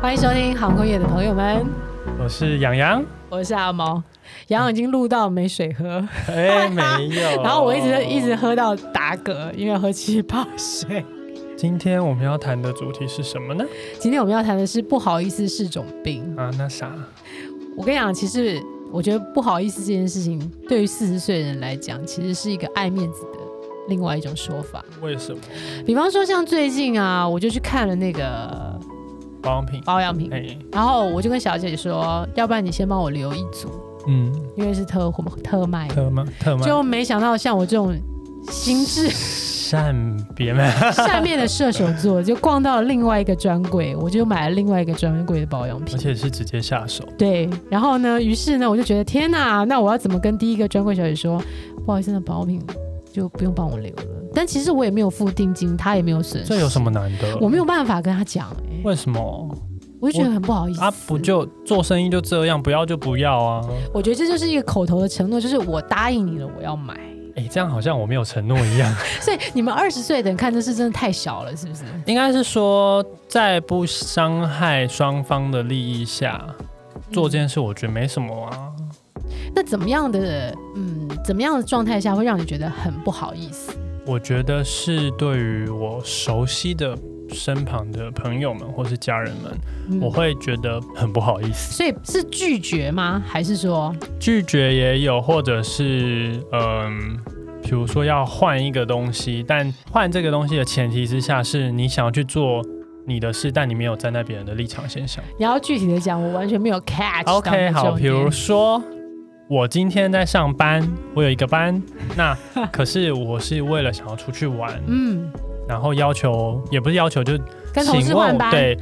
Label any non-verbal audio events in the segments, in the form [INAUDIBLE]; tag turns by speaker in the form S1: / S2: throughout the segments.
S1: 欢迎收听航空业的朋友们，
S2: 我是洋洋，
S1: 我是阿毛。杨洋已经录到没水喝，
S2: [LAUGHS] 哎、没 [LAUGHS] 有。哦
S1: 然后我一直一直。喝到打嗝，因为喝气泡水。
S2: 今天我们要谈的主题是什么呢？
S1: [LAUGHS] 今天我们要谈的是不好意思是种病。
S2: 啊，那啥，
S1: 我跟你讲，其实我觉得不好意思这件事情，对于四十岁的人来讲，其实是一个爱面子的另外一种说法。
S2: 为什么
S1: 比方说，像最近啊，我就去看了那个
S2: 保养品？
S1: 保养品，
S2: 哎、
S1: 然后我就跟小姐说，要不然你先帮我留一组，
S2: 嗯，
S1: 因为是特货特卖的。
S2: 特吗？特吗？
S1: 就没想到像我这种心智
S2: 善别 [LAUGHS] 嘛。
S1: 下面的射手座，就逛到了另外一个专柜，我就买了另外一个专柜的保养
S2: 而
S1: 品。
S2: 且是直接下手。
S1: 对，然后呢，于是呢，我就觉得天哪，那我要怎么跟第一个专柜小姐说？不好意思，那保养品就不用帮我留了。但其实我也没有付定金，她也没有损失。
S2: 这有什么难的？
S1: 我没有办法跟她讲、哎，
S2: 为什么
S1: 我就觉得很不好意思。
S2: 啊？不就做生意就这样，不要就不要啊！
S1: 我觉得这就是一个口头的承诺，就是我答应你了，我要买。
S2: 哎、这样好像我没有承诺一 [LAUGHS] 样。
S1: 所以你们二十岁的人看这事真的太小了，是不是？
S2: 应该是说，在不伤害双方的利益下做这件事，我觉得没什么啊。
S1: 那怎么样的，嗯，怎么样的状态下会让你觉得很不好意思？
S2: 我觉得是对于我熟悉的身旁的朋友们或是家人们，
S1: 嗯
S2: 我，会觉得很不好意思，
S1: 所以是拒绝吗？还是说，
S2: 拒绝也有，或者是嗯。比如说要换一个东西，但换这个东西的前提之下，是你想要去做你的事，但你没有站在别人的立场先想。
S1: 你要具体的讲，我完全没有 catch 到
S2: OK，
S1: 你的
S2: 好，
S1: 重
S2: 比
S1: 点
S2: 如说我今天在上班，我有一个班，
S1: [LAUGHS]
S2: 那可是我是为了想要出去玩，
S1: 嗯，
S2: 然后要求也不是要求，就
S1: 跟同事
S2: 请问
S1: 换
S2: 我
S1: 班
S2: 对，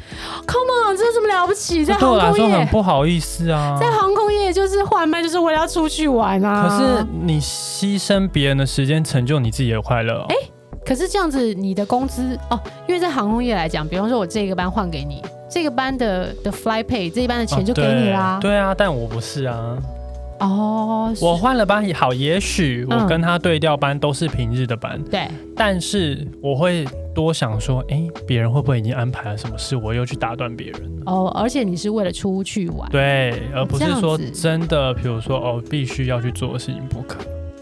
S1: ，Come on，这有什么了不起？在
S2: 这对我来
S1: 航空
S2: 说很
S1: 业，
S2: 不好意思啊。
S1: 在航空业就是换班，就是为了要出去玩
S2: 可是
S1: 啊。
S2: 你牺牲别人的时间，成就你自己的快乐、哦。
S1: 可是，可是这样子，你的工资哦，因为在航空业来讲，比方说我这个班换给你，这个班的的 fly pay 这一班的钱就给你啦
S2: 啊。对。对啊，但我不是啊，
S1: 哦，是
S2: 我换了班也好，也许
S1: 嗯
S2: 我跟他对调班都是平日的班，
S1: 对
S2: 但是我会多想说，哎、别人会不会已经安排了什么事，我又去打断别人了？
S1: 哦，而且你是为了出去玩。
S2: 对，而不
S1: 哦这
S2: 是
S1: 样
S2: 说
S1: 子
S2: 真的，比如说哦，必须要去做的事情不可。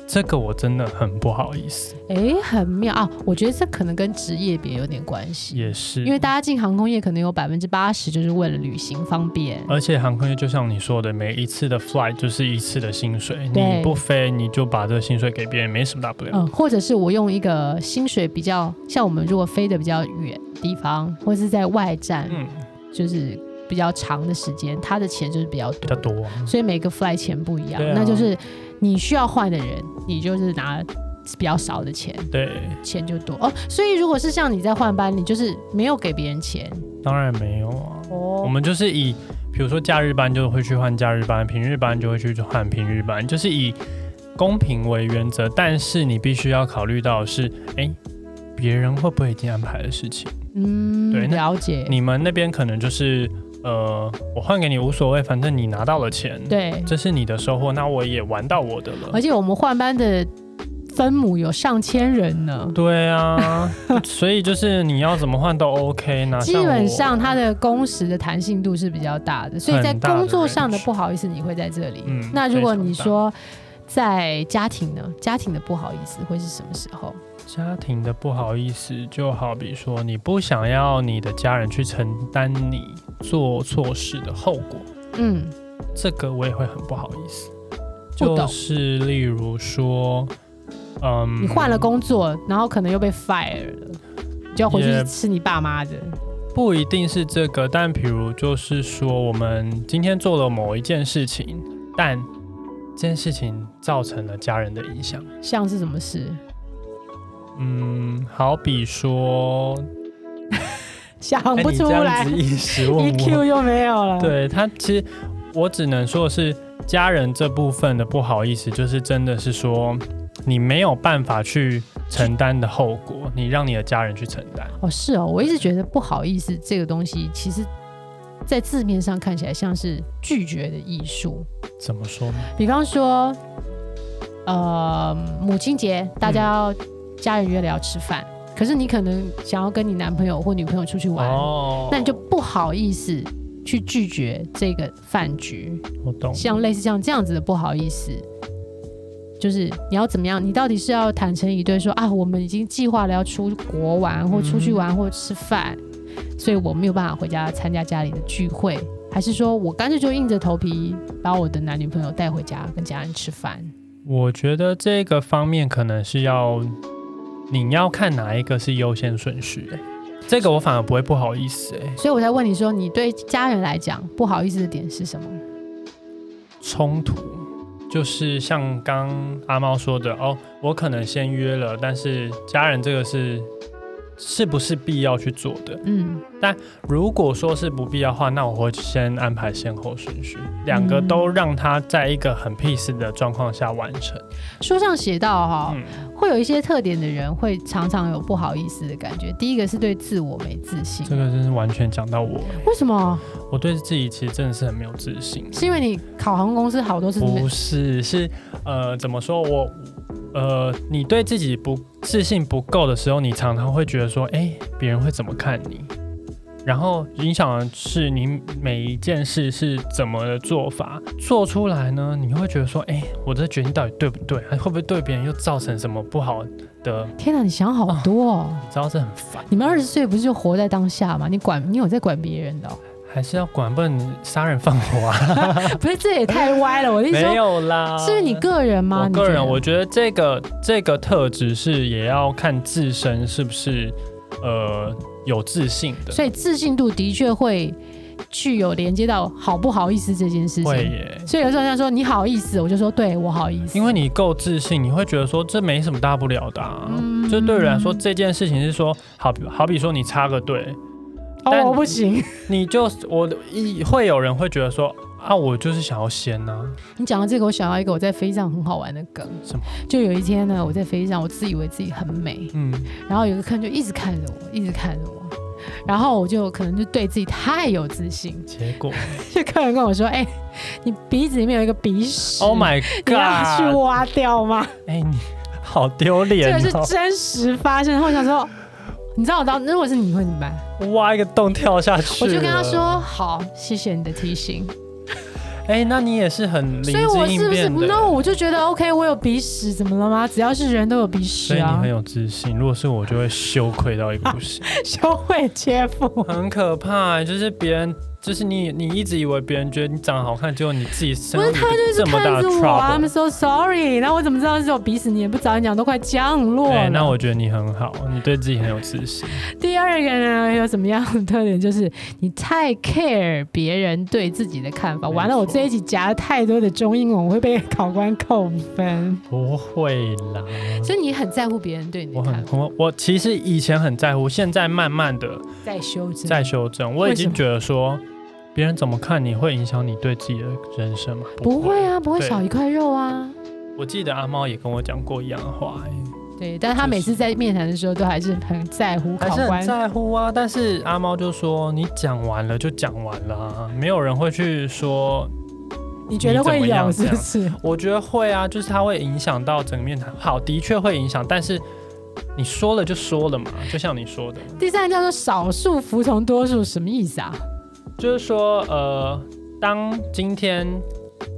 S2: 这个我真的很不好意思，
S1: 诶，很妙啊！我觉得这可能跟职业别有点关系，
S2: 也是
S1: 因为大家进航空业可能有百分之八十就是为了旅行方便。
S2: 而且航空业就像你说的，每一次的 flight 就是一次的薪水，
S1: 对
S2: 你不飞你就把这个薪水给别人，没什么大不了。
S1: 嗯，或者是我用一个薪水比较像我们如果飞的比较远的地方，或是在外站，
S2: 嗯，
S1: 就是比较长的时间，他的钱就是比较
S2: 比
S1: 多
S2: 较，多啊、
S1: 所以每个 fly 钱不一样，
S2: 对啊
S1: 那就是你需要换的人，你就是拿比较少的钱，
S2: 对，
S1: 钱就多哦。所以如果是像你在换班，你就是没有给别人钱
S2: 当然没有啊。
S1: 哦
S2: 我们就是以，比如说假日班就会去换假日班，平日班就会去换平日班，就是以公平为原则。但是你必须要考虑到的是，哎，别人会不会已经安排的事情？
S1: 嗯，
S2: 对那
S1: 了解，
S2: 你们那边可能就是，呃，我换给你无所谓，反正你拿到了钱，，
S1: 对，
S2: 这是你的收获，那我也玩到我的了。
S1: 而且我们换班的分母有上千人呢，
S2: 对啊，所以就是你要怎么换都 OK，哪
S1: 基
S2: 像我
S1: 本上它的工时的弹性度是比较大的，所以在
S2: 很大的
S1: 工作上的
S2: range
S1: 不好意思你会在这里。
S2: 嗯
S1: 那如果
S2: 非常
S1: 你
S2: 大
S1: 说在家庭呢，家庭的不好意思会是什么时候？
S2: 家庭的不好意思，就好比说你不想要你的家人去承担你做错事的后果，
S1: 嗯，
S2: 这个我也会很不好意思。
S1: 不懂
S2: 就是例如说，嗯，
S1: 你换了工作，然后可能又被 fire 了，你就要回去
S2: 也
S1: 吃你爸妈的。
S2: 不一定是这个，但比如就是说，我们今天做了某一件事情，但这件事情造成了家人的影响。
S1: 像是什么事？
S2: 嗯，好比说，
S1: 想
S2: 哎
S1: 不
S2: 你
S1: 出
S2: 这
S1: 来
S2: 样子一时 [LAUGHS] 问我，
S1: ，EQ 又没有了。，
S2: E 对他，其实我只能说的是家人这部分的不好意思，就是真的是说你没有办法去承担的后果，你让你的家人去承担。
S1: 哦，是哦，我一直觉得不好意思这个东西，其实在字面上看起来像是拒绝的艺术。
S2: 怎么说呢？
S1: 比方说，呃，母亲节大家要家人约了要吃饭，可是你可能想要跟你男朋友或女朋友出去玩，
S2: 哦
S1: 那你就不好意思去拒绝这个饭局，
S2: 我懂。
S1: 像类似像这样子的不好意思，就是你要怎么样？你到底是要坦诚以对说啊，我们已经计划了要出国玩，或出去玩，
S2: 嗯
S1: 或吃饭，所以我没有办法回家参加家里的聚会，还是说我干脆就硬着头皮把我的男女朋友带回家跟家人吃饭？
S2: 我觉得这个方面可能是要你要看哪一个是优先顺序、欸，这个我反而不会不好意思、欸，哎，
S1: 所以我才问你说，你对家人来讲不好意思的点是什么？
S2: 冲突就是像刚阿猫说的哦，我可能先约了，但是家人这个是是不是必要去做的？
S1: 嗯，
S2: 如果说是不必要的话，那我会先安排先后顺序，两个
S1: 嗯
S2: 都让他在一个很 peace 的状况下完成。
S1: 书上写到哈、
S2: 嗯
S1: 会有一些特点的人会常常有不好意思的感觉。第一个是对自我没自信，
S2: 这个真是完全讲到我、欸
S1: 为什么？
S2: 我对自己其实真的是很没有自信。
S1: 是因为你考航空公司好多是没
S2: 不是，是呃，怎么说？我呃，你对自己不自信不够的时候，你常常会觉得说，哎、别人会怎么看你？然后影响的是你每一件事是怎么的做法，做出来呢，你会觉得说，哎、我这决定到底对不对？还会不会对别人又造成什么不好的？
S1: 天哪，你想好多哦！
S2: 你知道这很烦，
S1: 你们二十岁不是就活在当下吗？你管你有在管别人的、哦？ [LAUGHS]
S2: 还是要管，不然你杀人放火啊？
S1: 不是，这也太歪了。我的意思
S2: 没
S1: 说，
S2: 有啦，
S1: 是不是你个人吗？
S2: 我
S1: 你
S2: 个
S1: 觉
S2: 人
S1: 得
S2: 我觉得这个这个特质是也要看自身是不是呃有自信的，
S1: 所以自信度的确会具有连接到好不好意思这件事
S2: 会
S1: 情。
S2: 耶。
S1: 所以有时候人家说你好意思，我就说对我好意思，
S2: 因为你够自信，你会觉得说这没什么大不了的、啊。
S1: 嗯
S2: 就对我来说，这件事情是说，好比好比说你插个队，但
S1: 哦我不行。 [LAUGHS]
S2: 你就我一会有人会觉得说啊，我就是想要先啊呢、
S1: 你讲到这个，我想到一个我在飞机上很好玩的梗。
S2: 什么？
S1: 就有一天呢，我在飞机上，我自以为自己很美，
S2: 嗯，
S1: 然后有一个客人就一直看着我，一直看着我，然后我就可能就对自己太有自信。 [LAUGHS]
S2: 结果
S1: 就客人跟我说：“哎、你鼻子里面有一个鼻屎
S2: ，Oh my
S1: 你要去
S2: God，
S1: 挖掉吗？”
S2: [LAUGHS] 哎、你好丢
S1: 这
S2: 脸
S1: 个是
S2: 哦，
S1: 真实发生。然后我想说，你知道我当如果是你会怎么办？
S2: 挖一个洞跳下去。
S1: 我就跟他说：“好，谢谢你的提醒。
S2: 哎、那你也是很”灵
S1: 所以，我
S2: 机
S1: 是
S2: 应
S1: 不是
S2: 变的。
S1: no？我就觉得 OK，我有鼻屎，怎么了吗？只要是人都有鼻屎
S2: 所以你
S1: 啊
S2: 很，有自信，如果是我，就会羞愧到一个不行，
S1: [LAUGHS] 羞愧切腹。
S2: [LAUGHS] 很可怕、欸就是别人，就是你，你一直以为别人觉得你长得好看，结果你自己身
S1: 不是
S2: 上
S1: 他就是
S2: 这么大
S1: 看
S2: 的
S1: 着我啊
S2: trouble
S1: ，I'm。so sorry。那我怎么知道是有鼻屎？你也不早点讲，都快降落
S2: 对
S1: 了。，
S2: 那我觉得你很好，你对自己很有自信。
S1: 第二个呢，有什么样的特点？就是你太 care 别人对自己的看法。
S2: 没
S1: 完了，我
S2: 错
S1: 这一集夹了太多的中英文，我会被 [LAUGHS] 考官扣分。
S2: 不会啦，
S1: 所以你很在乎别人对你
S2: 我
S1: 的看
S2: 很
S1: 法，
S2: 我我其实以前很在乎，现在慢慢的
S1: 在修正。
S2: 在修正。我已
S1: 为什
S2: 经
S1: 么
S2: 觉得说，别人怎么看你会影响你对自己的人生吗？
S1: 不会啊，不会
S2: 对
S1: 少一块肉啊。
S2: 我记得阿猫也跟我讲过一样的话、欸
S1: 对，但他每次在面谈的时候都还是很在乎
S2: 还
S1: 考
S2: 是很
S1: 官。
S2: 在乎啊，但是阿猫就说你讲完了就讲完了、啊，没有人会去说。
S1: 你觉得会
S2: 你怎么
S1: 有
S2: 样
S1: 是不是？
S2: 我觉得会啊，就是它会影响到整面谈。好，的确会影响，但是你说了就说了嘛，就像你说的，
S1: [LAUGHS] 第三个叫做少数服从多数，什么意思啊？
S2: 就是说呃，当今天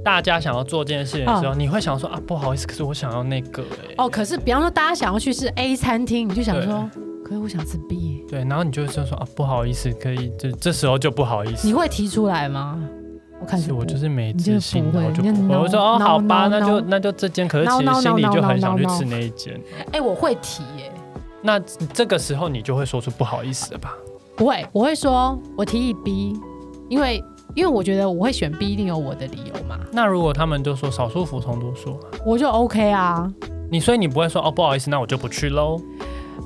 S2: 大家想要做这件事情的时候，你会想说啊，不好意思，可是我想要那个、欸，
S1: 嗯哦，可是比方说大家想要去吃 A 餐厅，你就想说，可是我想吃 B，
S2: 对，然后你就会就说啊，不好意思，可以，这这时候就不好意思。
S1: 你会提出来吗？我看
S2: 是我就是是没
S1: 你就
S2: 自
S1: 哎不
S2: 信，
S1: 会
S2: 然后就
S1: 你就
S2: 不会。我就说
S1: no，
S2: 哦，好
S1: no，
S2: 吧，
S1: no，
S2: 那就
S1: no
S2: 那就这间。可是
S1: No，
S2: 其
S1: no，
S2: 实心里
S1: no，
S2: 就
S1: no，
S2: 很想去
S1: no，
S2: 吃那一间。
S1: 哎、我会提耶、
S2: 那这个时候你就会说出不好意思了吧？
S1: 不会，我会说我提议 B，因为因为我觉得我会选 B 一定有我的理由嘛，
S2: 那如果他们就说少数服从多数，
S1: 我就 OK 啊。
S2: 你所以你不会说哦不好意思，那我就不去喽。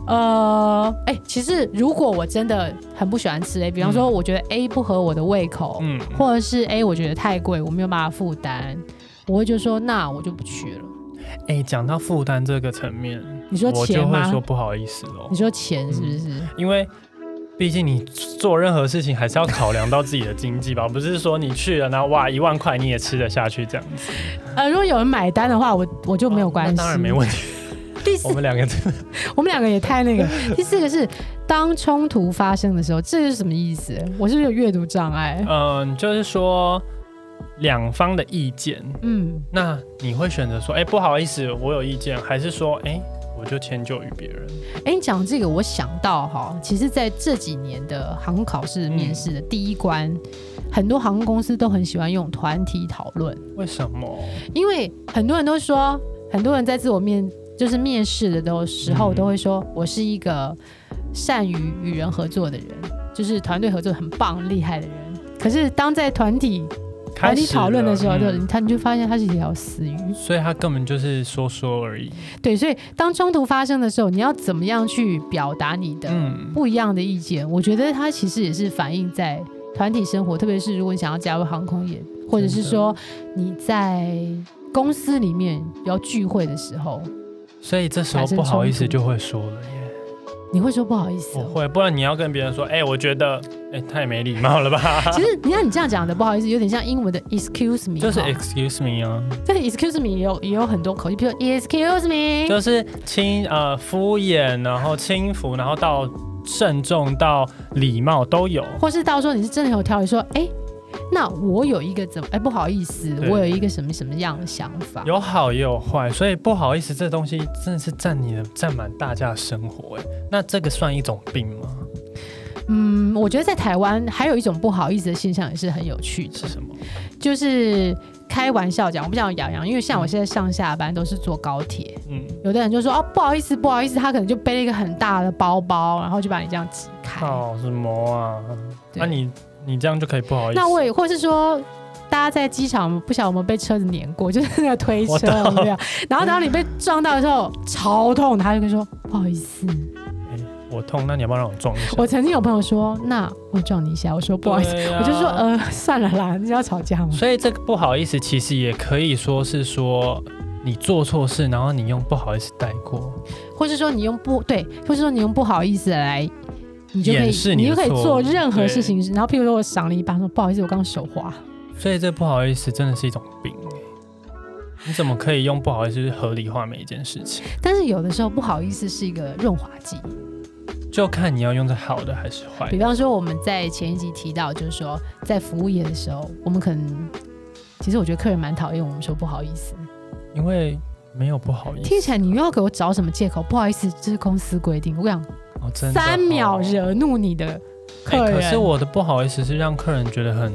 S1: 呃，哎、其实如果我真的很不喜欢吃 A，比方说
S2: 嗯
S1: 我觉得 A 不合我的胃口，
S2: 嗯，
S1: 或者是 A 我觉得太贵，我没有办法负担，我会就说那我就不去了。
S2: 哎，讲到负担这个层面，
S1: 你说
S2: 我就
S1: 钱
S2: 会
S1: 吗
S2: 说？不好意思喽
S1: 你，说钱是不是？
S2: 因为。毕竟你做任何事情还是要考量到自己的经济吧，不是说你去了然后哇一万块你也吃得下去这样子，
S1: 呃，如果有人买单的话，我我就没有
S2: 哦那
S1: 关系。 [LAUGHS]
S2: 当然没问题。哦
S1: 第四
S2: 我，们两个
S1: 我们两个也太那个。第四个是当冲突发生的时候，这是什么意思？我是不是有阅读障
S2: [LAUGHS]
S1: 碍？
S2: 嗯，就是说两方的意见，
S1: 嗯，
S2: 那你会选择说，哎、不好意思，我有意见，还是说，哎、我就迁就于别人？
S1: 哎，你讲这个，我想到哈，其实在这几年的航空考试面试的第一关，很多航空公司都很喜欢用团体讨论，
S2: 为什么？
S1: 因为很多人都说，很多人在自我面就是面试的都时候
S2: 嗯
S1: 都会说，我是一个善于与人合作的人，就是团队合作很棒厉害的人。可是当在团体团
S2: 开
S1: 体
S2: 始
S1: 讨论的时候，
S2: 了
S1: 就
S2: 嗯
S1: 他你就发现他是一条死鱼。
S2: 所以他根本就是说说而已。
S1: 对，所以当冲突发生的时候，你要怎么样去表达你的？
S2: 嗯，
S1: 不一样的意见，我觉得它其实也是反映在团体生活，特别是如果你想要加入航空业，或者是说你在公司里面要聚会的时候，
S2: 所以这时候
S1: 产生
S2: 不好意思
S1: 冲突
S2: 就会说了耶。
S1: 你会说不好意思、
S2: 我
S1: 哦。
S2: 会，不然你要跟别人说，哎、我觉得，哎、太没礼貌
S1: [LAUGHS]
S2: 了吧？
S1: 其实你看你这样讲的不好意思，有点像英文的 excuse me，
S2: 啊就是
S1: 哈
S2: excuse me 啊，
S1: 但 excuse me 也有也有很多口音，比如说 excuse me，
S2: 就是轻呃敷衍，然后轻浮，然后到慎重到礼貌都有。
S1: 或是到时候你是真的有条理说，哎、那我有一个怎么，哎、不好意思，
S2: 对
S1: 我有一个什么什么样的想法，
S2: 有好也有坏，所以不好意思，这东西真的是占你的占满大家的生活。哎，那这个算一种病吗？
S1: 嗯，我觉得在台湾还有一种不好意思的现象也是很有趣的
S2: 是，什么？
S1: 就是开玩笑讲，我不讲养羊，因为像我现在上下班都是坐高铁，
S2: 嗯，
S1: 有的人就说哦不好意思不好意思，他可能就背了一个很大的包包，然后就把你这样挤开。
S2: 靠什么啊？
S1: 对
S2: 那、你你这样就可以不好意思。
S1: 那我也或是说。大家在机场不晓得有没有被车子碾过，就是那个推
S2: 我
S1: 车
S2: 懂
S1: 有没有？然后当你被撞到的时候，超痛，他就跟你说不好意思。
S2: 欸我痛，那你要不要让我撞一下？
S1: 我曾经有朋友说，那我撞你一下，我说不好意思，
S2: 对啊
S1: 我就说呃算了啦，你要吵架吗？
S2: 所以这个不好意思，其实也可以说是说你做错事，然后你用不好意思带过。
S1: 或是说你用不对，或是说你用不好意思来，你就可以
S2: 掩饰你
S1: 你
S2: 的
S1: 就可以
S2: 错
S1: 做
S2: 误
S1: 任何事情。然后譬如说我赏了一巴，说不好意思，我刚手滑。
S2: 所以这不好意思真的是一种病、欸。你怎么可以用不好意思去合理化每一件事情？
S1: 但是有的时候不好意思是一个润滑剂，
S2: 就看你要用在好的还是坏
S1: 比
S2: 的。
S1: 方说我们在前一集提到，就是说在服务业的时候，我们可能其实我觉得客人蛮讨厌我们说不好意思，
S2: 因为没有不好意思
S1: 听起来你又要给我找什么借口？不好意思，这是公司规定。我想
S2: 哦，真的
S1: 三秒
S2: 人。
S1: 惹怒你的
S2: 哎
S1: 客人，
S2: 可是我的不好意思是让客人觉得很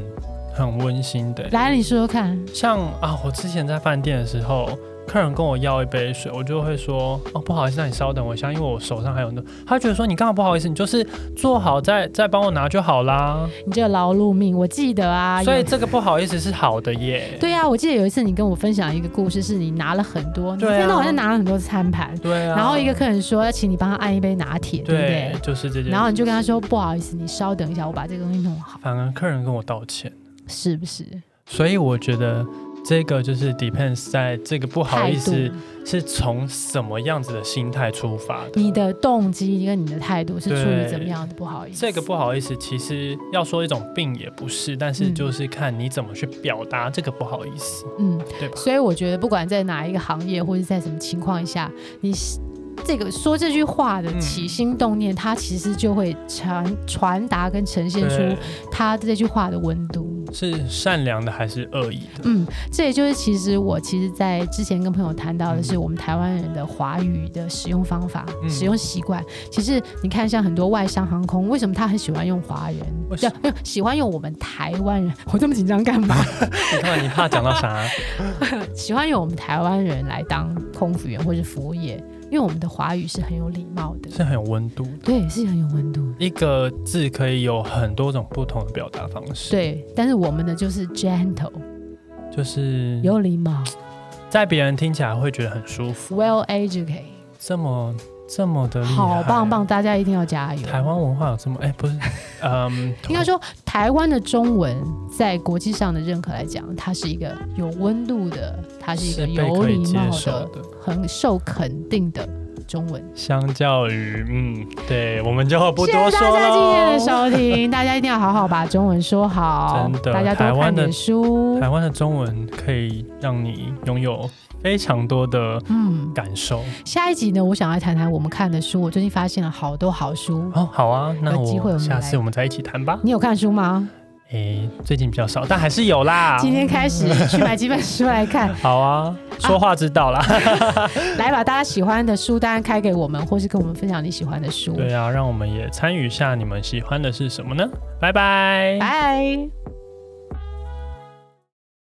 S2: 很温馨的欸、
S1: 来你说说看，
S2: 像啊，我之前在饭店的时候，客人跟我要一杯水，我就会说哦，不好意思，那你稍等我一下，因为我手上还有那。他觉得说你干嘛不好意思，你就是做好再再帮我拿就好啦。
S1: 你这个劳碌命，我记得啊，
S2: 所
S1: 有
S2: 以这个不好意思是好的耶。
S1: 对呀、啊我记得有一次你跟我分享一个故事，是你拿了很多，你
S2: 对啊
S1: 真的好像拿了很多餐盘，
S2: 对啊。
S1: 然后一个客人说要请你帮他按一杯拿铁，对不
S2: 对
S1: 对？，
S2: 就是这件事。
S1: 然后你就跟他说不好意思，你稍等一下，我把这个东西弄好，
S2: 反而客人跟我道歉，
S1: 是不是？
S2: 所以我觉得这个就是 depends 在这个不好
S1: 态
S2: 意
S1: 度，
S2: 思是从什么样子的心态出发的。
S1: 你的动机跟你的态度是出于
S2: 对
S1: 怎么样的不好意思？
S2: 这个不好意思，其实要说一种病也不是，但是
S1: 嗯
S2: 就是看你怎么去表达这个不好意思，
S1: 嗯，
S2: 对吧？
S1: 所以我觉得不管在哪一个行业或者在什么情况下，你这个说这句话的
S2: 嗯
S1: 起心动念，它其实就会传传达跟呈现
S2: 对
S1: 出，它这句话的温度。
S2: 是善良的还是恶意
S1: [LAUGHS]
S2: 的？
S1: 嗯，这也就是其实我其实，在之前跟朋友谈到的是，
S2: 嗯
S1: 我们台湾人的华语的使用方法、
S2: 嗯
S1: 使用习惯。其实你看，像很多外商航空，为什么他很喜欢用华人？
S2: 为
S1: 就
S2: 什
S1: 没有喜欢用我们台湾人，我这么紧张干嘛？
S2: 你看你怕讲到啥？
S1: 喜欢用我们台湾人来当空服员或是服务业，因为我们的华语是很有礼貌的，
S2: 是很有温度的，
S1: 对，是很有温度的。
S2: 一个字可以有很多种不同的表达方式，，
S1: 对，但是我们的就是 gentle，
S2: 就是
S1: 有礼貌
S2: 在别人听起来会觉得很舒服，
S1: ，well educated，
S2: 这么这么的厉害，
S1: 好棒棒，！大家一定要加油。
S2: 台湾文化有这么哎、不是，嗯，
S1: [LAUGHS] 应该说，台湾的中文在国际上的认可来讲，它是一个有温度的，它是一个
S2: 是被
S1: 有
S2: 可以
S1: 礼
S2: 接
S1: 貌
S2: 受
S1: 的、
S2: 的。
S1: 很受肯定的中文。
S2: 相较于，嗯，对，我们就不
S1: 谢
S2: 多
S1: 谢
S2: 说
S1: 大家今天的
S2: 喽。
S1: 收听，大家一定要好好把中文说好，
S2: 真的
S1: 大家
S2: 台
S1: 多
S2: 湾
S1: 看
S2: 的
S1: 点书
S2: 台。湾的中文可以让你拥有非常多的
S1: 嗯，
S2: 感受。
S1: 下一集呢，我想来谈谈我们看的书。我最近发现了好多好书，
S2: 哦，好啊，那
S1: 有机会我
S2: 我
S1: 们
S2: 下
S1: 来
S2: 次我们再一起谈吧。
S1: 你有看书吗？
S2: 诶，最近比较少，但还是有啦。
S1: 今天开始去买几本书来看，
S2: 好啊，说话之道啦。
S1: 来把大家喜欢的书单开给我们，或是跟我们分享你喜欢的书。
S2: 对啊，让我们也参与一下，你们喜欢的是什么呢？拜拜。
S1: 拜。